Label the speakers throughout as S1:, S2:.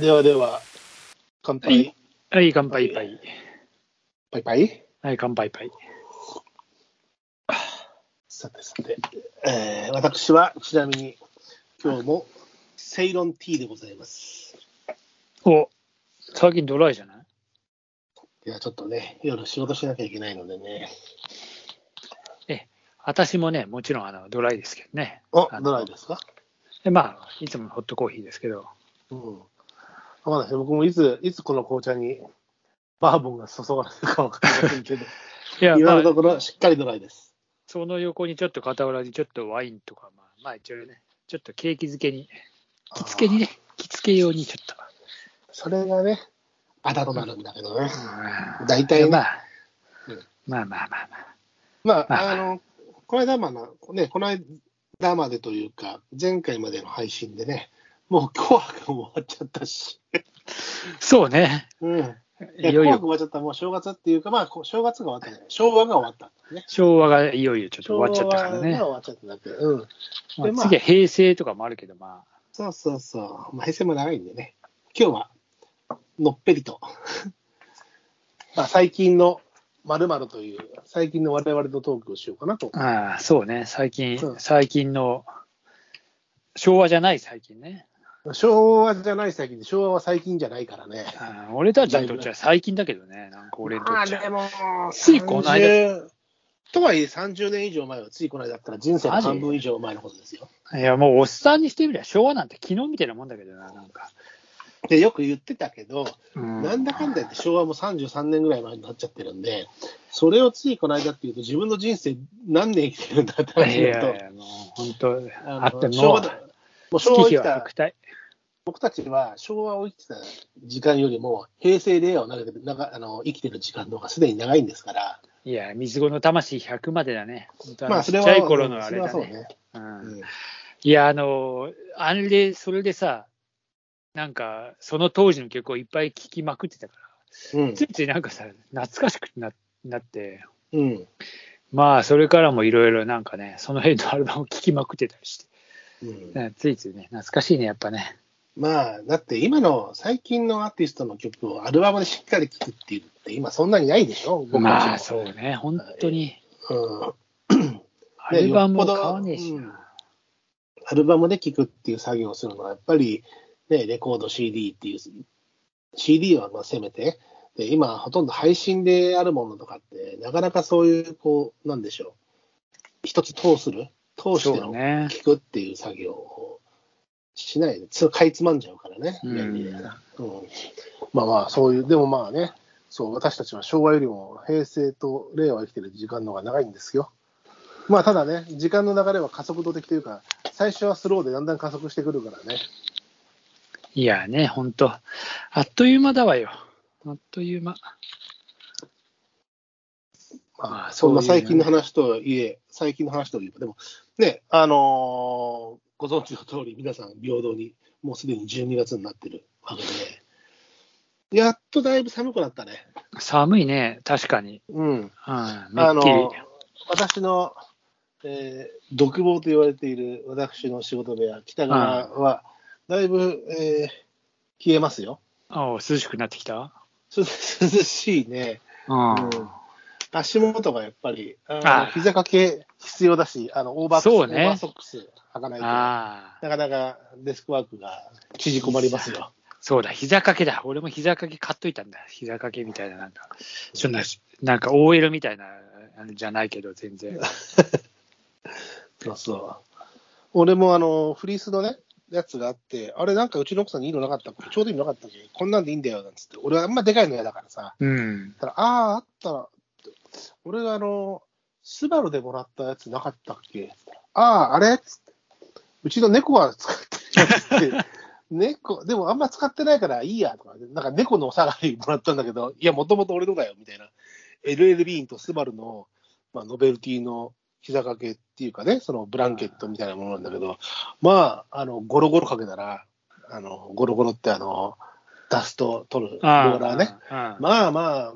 S1: ではでは、乾
S2: は
S1: 杯。
S2: はい、乾杯パイ。
S1: バイバイ。
S2: はい、乾杯パイ。
S1: さてさて、えー私はちなみに今日もセイロンティーでございます。
S2: お、最近ドライじゃない
S1: いや、ちょっとね、夜仕事しなきゃいけないのでね。
S2: 私もね、もちろんあのドライですけどね。
S1: お
S2: あ、の
S1: ドライですか
S2: でまあ、いつものホットコーヒーですけど。
S1: うん。まだ僕もいつ、いつこの紅茶にバーボンが注がれるかわかりませんけど、
S2: いや、
S1: 今
S2: ま
S1: の
S2: あ、
S1: ところしっかりドライです。
S2: その横にちょっと傍らにちょっとワインとか、まあ、まあ一応ね、ちょっと景気づけに、着付けに
S1: あー
S2: ね、着付け用にちょっと。
S1: それがね、あだとなるんだけどね。
S2: うん
S1: 大体ね
S2: まあ
S1: うん、
S2: まあまあまあま
S1: ま
S2: あ。まあ
S1: あ、あの、この間まな、ね、この間までというか、前回までの配信でね、もう紅白も終わっちゃったし、
S2: そうね。
S1: うん。いや
S2: いよい
S1: 紅白
S2: よ
S1: 終わっちゃった、もう正月っていうか、まあ、こう正月が終わったね。昭和が終わったんだね。
S2: 昭和がいよいよちょっと終わっちゃったから
S1: 昭和
S2: ね。
S1: が終わっちゃったんだけど、うん。
S2: まあ
S1: でまあ
S2: 次は平成とかもあるけど、まあ、
S1: そうそうそう。まあ、平成も長いんでね。今日は、のっぺりと。 まあ、最近の〇〇という、最近の我々のトークをしようかなと。
S2: ああ、そうね、最近
S1: そ、う
S2: 最近の、昭和じゃない最近ね。
S1: 昭和じゃない最近で、昭和は最近じゃないからね。
S2: ああ俺たちにとっちゃ最近だけどね、なんか俺にと
S1: まあ
S2: っち
S1: で
S2: ゃ。
S1: も、
S2: ついこの間
S1: 30とはいえ30年以上前は、ついこの間だったら人生の半分以上前のことですよ。
S2: いや、もうおっさんにしてみりゃ、昭和なんて昨日みたいなもんだけどな、なんか。
S1: で、よく言ってたけど、
S2: うん
S1: なんだかんだ言って昭和も33年ぐらい前になっちゃってるんで、それをついこの間っていうと、自分の人生何年生きてるんだって
S2: いや
S1: 話
S2: い
S1: にな
S2: や
S1: る
S2: い
S1: と、
S2: や、もう本当、あ
S1: の
S2: って
S1: 昭
S2: も
S1: 和
S2: う
S1: だ、もう昭和
S2: 月
S1: を生
S2: 日
S1: き
S2: は
S1: た
S2: 白体。
S1: 僕たちは昭和を生きてた時間よりも、平成、令和を長くなんかあの生きてる時間の方がすでに長いんですから、
S2: いや、三つ子の魂100までだね。本当あの
S1: まあ、それは
S2: ちっちゃい頃のあれ
S1: うん
S2: だ
S1: そは
S2: ね
S1: そう。ね。
S2: うん
S1: うん
S2: いや、あの、あれで、それでさ、なんか、その当時の曲をいっぱい聴きまくってたか
S1: うん
S2: ら、ついついなんかさ、懐かしくななって、
S1: うん
S2: まあ、それからもいろいろなんかね、その辺のアルバムを聴きまくってたりして、
S1: うん
S2: ねついついね、懐かしいね、やっぱね。
S1: まあ、だって今の最近のアーティストの曲をアルバムでしっかり聴くっていうのって今そんなにないでしょ、僕たちも
S2: まあ、そうね、本当に、
S1: うん
S2: アルバムも買わねえし
S1: よっぽど
S2: な。
S1: アルバムで聴くっていう作業をするのはやっぱり、ね、レコード CD っていう、CD はまあせめて、で今ほとんど配信であるものとかって、なかなかそういう、こう、なんでしょう、一つ通する、通して
S2: そう
S1: の
S2: ね。
S1: 聞くっていう作業をしないで、つかいつまんじゃうからね、
S2: うん
S1: 便利でさうんまあまあ、そういう、でもまあね、そう、私たちは昭和よりも平成と令和を生きてる時間の方が長いんですよ。まあ、ただね、時間の流れは加速度的というか、最初はスローでだんだん加速してくるからね。
S2: いやね、本当あっという間だわよ。あっという間。ま
S1: ま
S2: あ
S1: あ、そんな
S2: そういうね
S1: 最近の話とはいえ、最近の話といえば、でも、ね、あのーご存知の通り、皆さん平等に、もうすでに12月になってるわけで、やっとだいぶ寒くなったね。
S2: 寒いね、確かに。
S1: うん。
S2: うん、め
S1: あ
S2: っきり。
S1: の、私の、えー独房と言われている私の仕事部屋、北側は、だいぶ、えー冷えますよ。
S2: あ涼しくなってきた
S1: 涼 涼しいね。
S2: う
S1: う
S2: ん
S1: ん足元がやっぱり、あの
S2: あ
S1: 膝掛け必要だし、あのオーバー
S2: そう
S1: ソオ
S2: ね
S1: ーバーソックス履かないと、な
S2: ああ、
S1: かなかデスクワークが縮こまりますよ。
S2: そうだ、膝掛けだ。俺も膝掛け買っといたんだ。膝掛けみたいな、なんか、そんな、なんか OL みたいな、あのじゃないけど、全然。
S1: そうそう。俺もあの、フリースのね、やつがあって、あれなんかうちの奥さんにいいのなかったっけちょうどいいのなかったっけこんなんでいいんだよ、なんつって。俺はあんまでかいの嫌だからさ。
S2: うん。
S1: たら、ああ、あったら、俺があの、スバルでもらったやつなかったっけああ、あれつってうちの猫は使ってるよって。猫、でもあんま使ってないからいいやとか、なんか猫のお下がりもらったんだけど、いや、もともと俺のだよ、みたいな。LLB ンとスバルの、まあ、ノベルティの膝掛けっていうかね、そのブランケットみたいなものなんだけど、まあ、あの、ゴロゴロかけたら、あの、ゴロゴロってあの、ダスト取るロ
S2: ああ
S1: ーラーね。
S2: ああ
S1: まあまあ、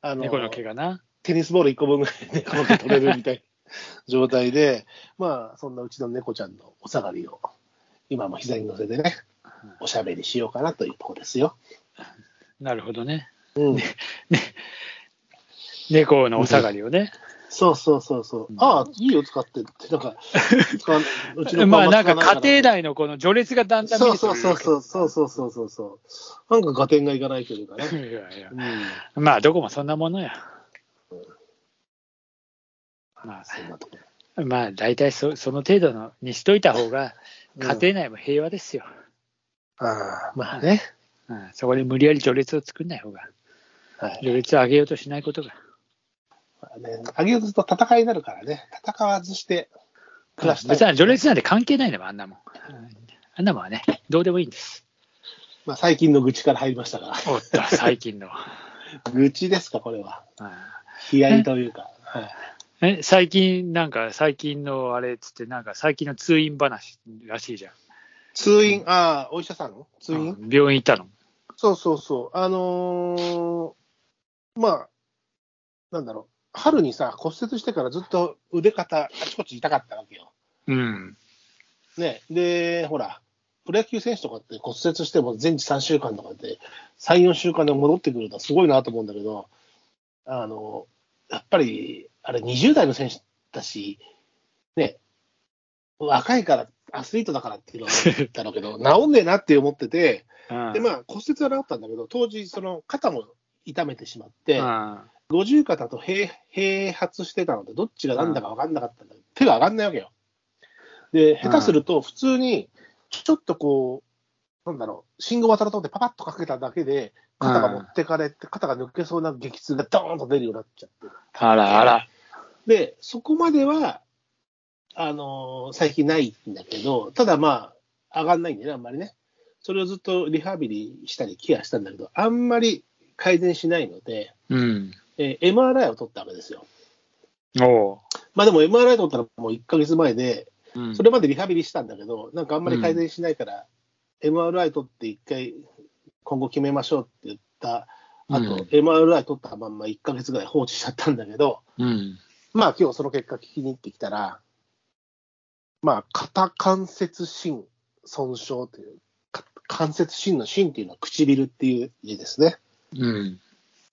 S1: あの
S2: 猫の毛がな。
S1: テニスボール1個分ぐらい猫の毛取れるみたいな状態 で、まあ、そんなうちの猫ちゃんのお下がりを、今も膝に乗せてね、おしゃべりしようかなというとこですよ。
S2: なるほどね。
S1: うん、
S2: 猫のお下がりをね。
S1: そうそうそうそう。
S2: うん
S1: ああ、いいよ、使ってって。なんか、使わうちの子
S2: ま
S1: は
S2: あ
S1: ん
S2: なん
S1: 使わ
S2: か
S1: ないら
S2: 家庭内のこの序列がだんだん見え
S1: そう
S2: てく
S1: そう
S2: る
S1: そうそうそうそうそうそうそう。なんか合点がいかないというかね。
S2: いやいや
S1: うん。
S2: まあどこもそんなものや。ま
S1: そんなとこ。
S2: あ、まあ大体そその程度のにしといた方が家庭内も平和ですよ。
S1: うんああ、まあね。
S2: うん、そこで無理やり序列を作んない方が。
S1: はい。
S2: 序列を上げようとしないことが。
S1: まあね、上げると戦いになるからね。戦わずして暮らしたい。
S2: 別に序列なんて関係ないんだもん、あんなもん。あんなもんはね、どうでもいいんです。
S1: まあ、最近の愚痴から入りましたか
S2: おっと、最近の。
S1: ら。 愚痴ですか、これは。
S2: うん
S1: 悲哀というか。はい。
S2: え最近、なんか、最近のあれっつって、なんか、最近の通院話らしいじゃん。
S1: 通院、ああ、お医者さんの通院、
S2: うん病院行ったの。
S1: そうそうそう。あのーまあ、なんだろう。春にさ、骨折してからずっと腕肩、あちこち痛かったわけよ。
S2: うん。
S1: ね。で、ほら、プロ野球選手とかって骨折しても全治3週間とかで、3、4週間で戻ってくるのはすごいなと思うんだけど、あの、やっぱり、あれ20代の選手だし、ね、若いから、アスリートだからっていうのは思ったんだけ ど、治んねえなって思ってて、
S2: うん
S1: で、まあ、骨折は治ったんだけど、当時、その肩も痛めてしまって、
S2: うん
S1: 五十肩と併併発してたので、どっちがなんだか分かんなかったんだけど、手が上がんないわけよ。で、下手すると、普通に、ちょっとこう、なんだろう、信号渡ると思って、パパッとかけただけで、肩が持ってかれて、肩が抜けそうな激痛がドーンと出るようになっちゃって。
S2: あらあら。
S1: で、そこまでは、あのー最近ないんだけど、ただまあ、上がんないんだよね、あんまりね。それをずっとリハビリしたり、ケアしたんだけど、あんまり改善しないので、
S2: うん。
S1: えー MRI を取ったわけですよ。
S2: お
S1: まあでも MRI 取ったらもう1ヶ月前で、
S2: う。うん
S1: それまでリハビリしたんだけど、なんかあんまり改善しないから、MRI 取って1回、今後決めましょうって言った後、
S2: うん
S1: MRI 取ったまんま1ヶ月ぐらい放置しちゃったんだけど、
S2: うん。
S1: まあ今日その結果聞きに行ってきたら、まあ肩関節芯損傷という、か関節芯の芯っていうのは唇っていう字ですね。
S2: うん。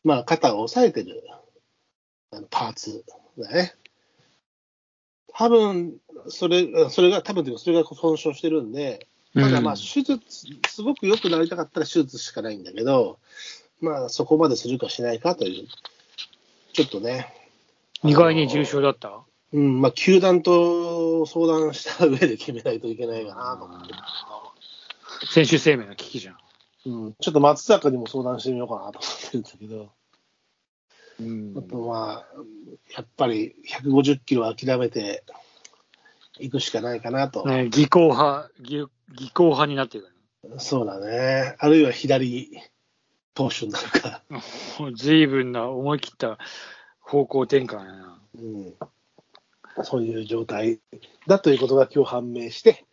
S1: まあ肩を押さえてるあのパーツだね。多分、それ、それが、多分というかそれが損傷してるんで、ただまあ手術、すごく良くなりたかったら手術しかないんだけど、まあそこまでするかしないかという、ちょっとね、
S2: 意外に重症だった
S1: うん、まあ、球団と相談した上で決めないといけないかなと思ってるんだ
S2: 選手生命の危機じゃん。
S1: けど、うん、ちょっと松坂にも相談してみようかなと思ってるんだけど、
S2: うん
S1: あとまあ、やっぱり150キロは諦めていくしかないかなと、
S2: ね、技巧派、技技巧派になってるか
S1: そうだね、あるいは左投手になるか、
S2: ら。もう随分な思い切った方向転換やな。
S1: うん、そういう状態だということが今日判明して、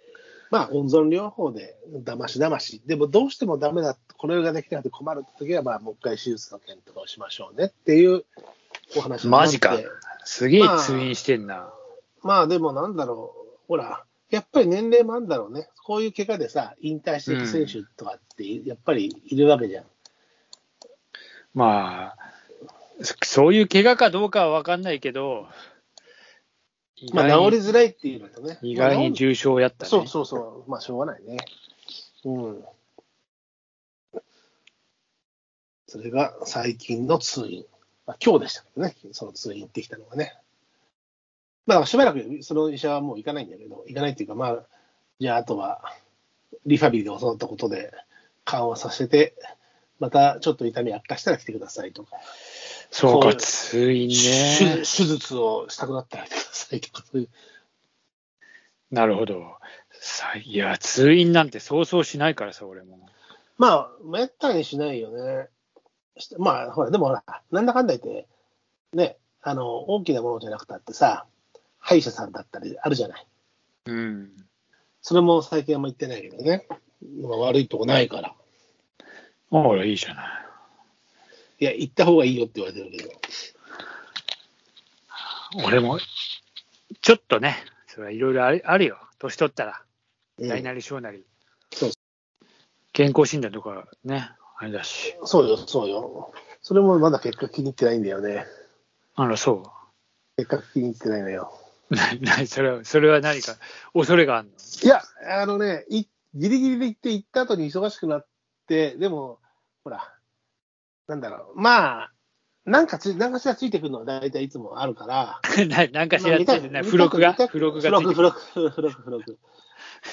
S1: まあ、温存療法でだましだまし、でもどうしてもダメだ、これができなくて困るときは、まあ、もう一回手術の検討をしましょうねっていうお話になって
S2: マジかすげえ通院してんな。
S1: まあ、でもなんだろう、ほら、やっぱり年齢もあるんだろうね、こういう怪我でさ、引退していく選手とかって、やっぱりいるわけじゃん。
S2: まあ、そそういう怪我かどうかは分かんないけど、意
S1: まあ、治
S2: 外
S1: り
S2: に,、
S1: づらいっていうのとね。
S2: 意外に重症やったね。
S1: そうそうそう、まあしょうがないね。うん。それが最近の通院。まあ、今日でしたけどね、その通院行ってきたのがね。まあしばらくその医者はもう行かないんだけど、行かないっていうか、まあ、じゃああとはリファビリで教わったことで緩和させて、またちょっと痛み悪化したら来てくださいとか、
S2: そう
S1: そう
S2: か、通院
S1: 手
S2: ね。
S1: 手術をしたくなったら来てくださいとか、そういう
S2: なるほど。さいや、通院なんてそうそうしないからさ、俺も。
S1: まあ、めったにしないよね。してまあ、ほら、でもほら、なんだかんだ言って、ね、あの、大きなものじゃなくたってさ、歯医者さんだったりあるじゃない。
S2: うん。
S1: それも最近あんま行ってないけどね。まあ、悪いとこないから。
S2: あら、いいじゃない。
S1: いや、行った方がいいよって言われてるけど。
S2: 俺も、ちょっとね、それはいろいろあるあるよ。年取ったら、
S1: うん
S2: 大なり小なり。
S1: そう
S2: 健康診断とかね、あれだし。
S1: そうよ、そうよ。それもまだ結果気に入ってないんだよね。
S2: あら、そ
S1: 結果気に入ってないのよ。
S2: う。 な、な、それは、それは何か、恐れがあるの
S1: いや、あのね、いギリギリで行って、行った後に忙しくなって、でも、ほら、なんだろう、まあ、なんかつ、なんかしらついてくるのは大体いつもあるから、
S2: ななんかし
S1: ま
S2: ら
S1: あ
S2: っ
S1: 見た
S2: て
S1: い
S2: てね、
S1: 見たい
S2: 付録が、
S1: 見たい
S2: 付録
S1: 付
S2: がつい
S1: 録、
S2: て
S1: 付
S2: くる。
S1: 録、付録、付録。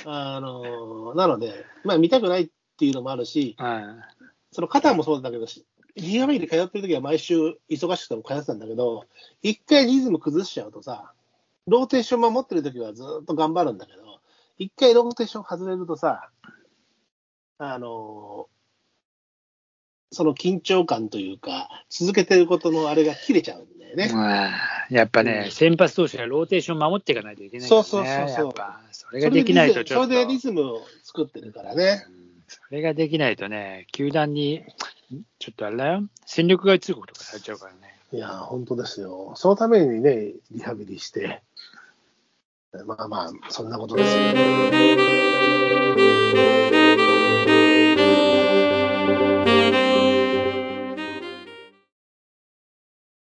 S1: あのーなので、まあ見たくないっていうのもあるし、
S2: うん。
S1: その肩もそうだけど、し日がめに通ってる時は毎週忙しくても通ってたんだけど、一回リズム崩しちゃうとさ、ローテーション守ってる時はずっと頑張るんだけど、一回ローテーション外れるとさ、あのーその緊張感というか、続けてることのあれが切れちゃうんだよね。
S2: まあ、やっぱね、
S1: うん
S2: 先発投手がローテーション守っていかないといけないから、ね。
S1: そうそうそうそう
S2: やっぱ、それができないとちょっ
S1: そ
S2: と。
S1: れでリズムを作ってるからね。
S2: うんそれができないとね、球団に、ちょっとあれだよ、戦力外通告とかされちゃうからね。
S1: いやー、本当ですよ。そのためにね、リハビリして。まあまあ、そんなことですよ。